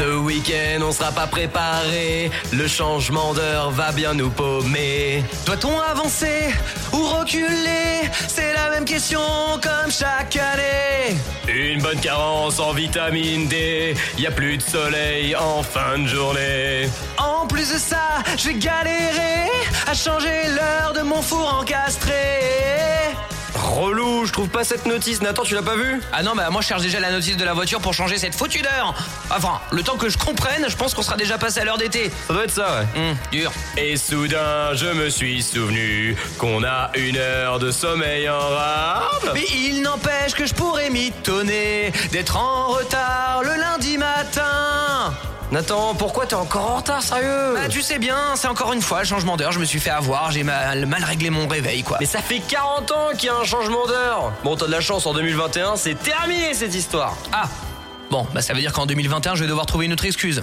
week-end, on sera pas préparé. Le changement d'heure va bien nous paumer. Doit-on avancer ou reculer C'est la même question comme chaque année. Une bonne carence en vitamine D. Y a plus de soleil en fin de journée. En plus de ça, j'ai galéré à changer l'heure de mon four encastré. Relou, je trouve pas cette notice. Nathan, tu l'as pas vue Ah non, bah moi je cherche déjà la notice de la voiture pour changer cette foutue d'heure. Enfin, le temps que je comprenne, je pense qu'on sera déjà passé à l'heure d'été. Ça doit être ça, ouais. Hum, dur. Et soudain, je me suis souvenu qu'on a une heure de sommeil en rame. Mais il n'empêche que je pourrais m'étonner d'être en retard le lundi matin. Nathan, pourquoi t'es encore en retard, sérieux Bah tu sais bien, c'est encore une fois le changement d'heure, je me suis fait avoir, j'ai mal, mal réglé mon réveil quoi. Mais ça fait 40 ans qu'il y a un changement d'heure. Bon, t'as de la chance, en 2021, c'est terminé cette histoire. Ah Bon, bah ça veut dire qu'en 2021, je vais devoir trouver une autre excuse.